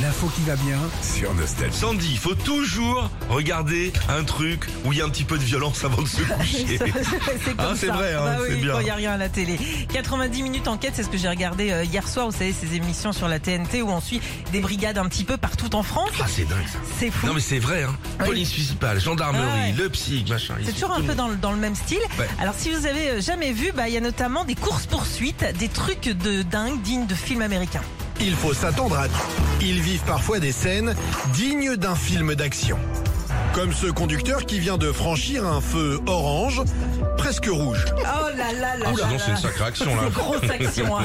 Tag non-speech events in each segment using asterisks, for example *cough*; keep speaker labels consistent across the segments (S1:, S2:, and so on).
S1: l'info qui va bien.
S2: sur Nostalgie.
S3: Sandy, il faut toujours regarder un truc où il y a un petit peu de violence avant de
S4: *laughs*
S3: se coucher. *laughs*
S4: c'est comme
S3: Ah, c'est
S4: ça.
S3: vrai, hein,
S4: Bah oui,
S3: c'est bien.
S4: Quand il n'y a rien à la télé. 90 minutes enquête, c'est ce que j'ai regardé euh, hier soir. Vous savez, ces émissions sur la TNT où on suit des brigades un petit peu partout en France.
S3: Ah, c'est dingue ça.
S4: C'est fou.
S3: Non, mais c'est vrai, hein.
S4: Oui.
S3: Police municipale, gendarmerie,
S4: Ah ouais.
S3: le psy, machin. ils
S4: C'est
S3: sont
S4: toujours un
S3: tout le
S4: peu
S3: monde.
S4: dans le, dans le même style.
S3: Ouais.
S4: Alors si vous avez euh, jamais vu, bah il y a notamment des courses poursuites, des trucs de dingue dignes de films américains.
S1: Il faut s'attendre à tout. Ils vivent parfois des scènes dignes d'un film d'action. Comme ce conducteur qui vient de franchir un feu orange, presque rouge.
S4: Oh là là là.
S3: Ah, sinon, c'est une sacrée action,
S4: *laughs*
S3: là.
S4: grosse action. hein.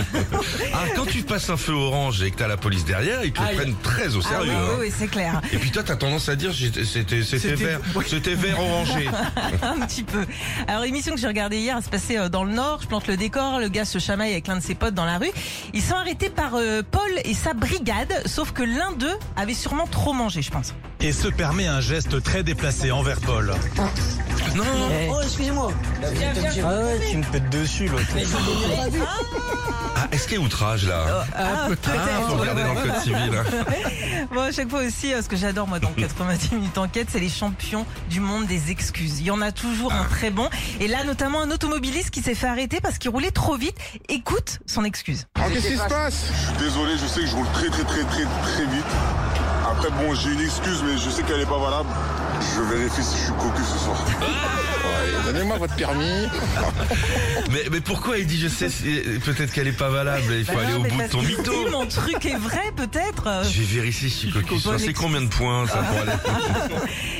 S3: Ah, quand tu passes un feu orange et que t'as la police derrière, ils te le prennent très au *laughs*
S4: Ah
S3: sérieux.
S4: oui,
S3: hein.
S4: oui, oui, c'est clair.
S3: Et puis toi, t'as tendance à dire j'étais- c'était c'était vert, c'était vert
S4: *laughs*
S3: orangé.
S4: un petit peu. Alors émission que j'ai regardée hier, elle se passait euh, dans le Nord. Je plante le décor, le gars se chamaille avec l'un de ses potes dans la rue. Ils sont arrêtés par euh, Paul et sa brigade, sauf que l'un d'eux avait sûrement trop mangé, je pense.
S5: et se permet un geste très déplacé envers Paul.
S3: Non, non,
S4: *laughs*
S3: non.
S6: Oh, excusez-moi. Ah ouais, tu me pètes dessus, l'autre.
S3: Ah, est-ce qu'il y a outrage là
S4: Ah,
S3: Ah, faut regarder dans le code civil. hein.
S4: *laughs* Bon, à chaque fois aussi, euh, ce que
S3: *laughs*
S4: j'adore moi dans 90 minutes enquête, c'est les champions du monde des excuses. Il y en a toujours un très bon. Et là, notamment un automobiliste qui s'est fait arrêter parce qu'il roulait trop vite. Écoute son excuse.
S7: Ah, qu'est-ce qui se passe
S8: Je suis désolé, je sais que je roule très très très très très vite. Après bon, j'ai une excuse, mais je sais qu'elle n'est pas valable. Je vérifie si je suis cocu ce soir.
S7: Donnez-moi votre permis.
S3: Mais, mais pourquoi il dit je sais c'est- peut-être qu'elle est pas valable, il faut
S4: Bah
S3: aller
S4: non,
S3: au
S4: mais
S3: bout de
S4: parce
S3: ton
S4: que
S3: mytho.
S4: si *laughs* mon truc est vrai, peut-être.
S3: J'ai vérifié si cocu
S4: Bonne
S3: soit. C'est
S4: excuse.
S3: combien de points ça pour aller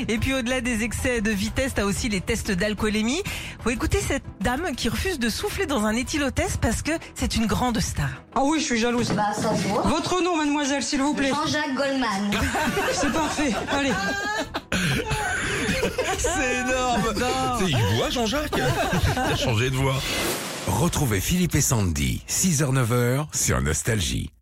S4: Et puis au-delà des excès de vitesse, t'as aussi les tests d'alcoolémie. Faut écouter cette dame qui refuse de souffler dans un éthylotest parce que c'est une grande star.
S9: Ah oui, je suis jalouse.
S10: Bah ça se voit.
S9: Votre nom, mademoiselle, s'il vous plaît.
S10: Jean-Jacques Goldman.
S9: *laughs* C'est parfait. Allez.
S3: C'est énorme C'est- Il voit Jean-Jacques Il a changé de voix.
S2: Retrouvez Philippe et Sandy, 6h-9h sur Nostalgie.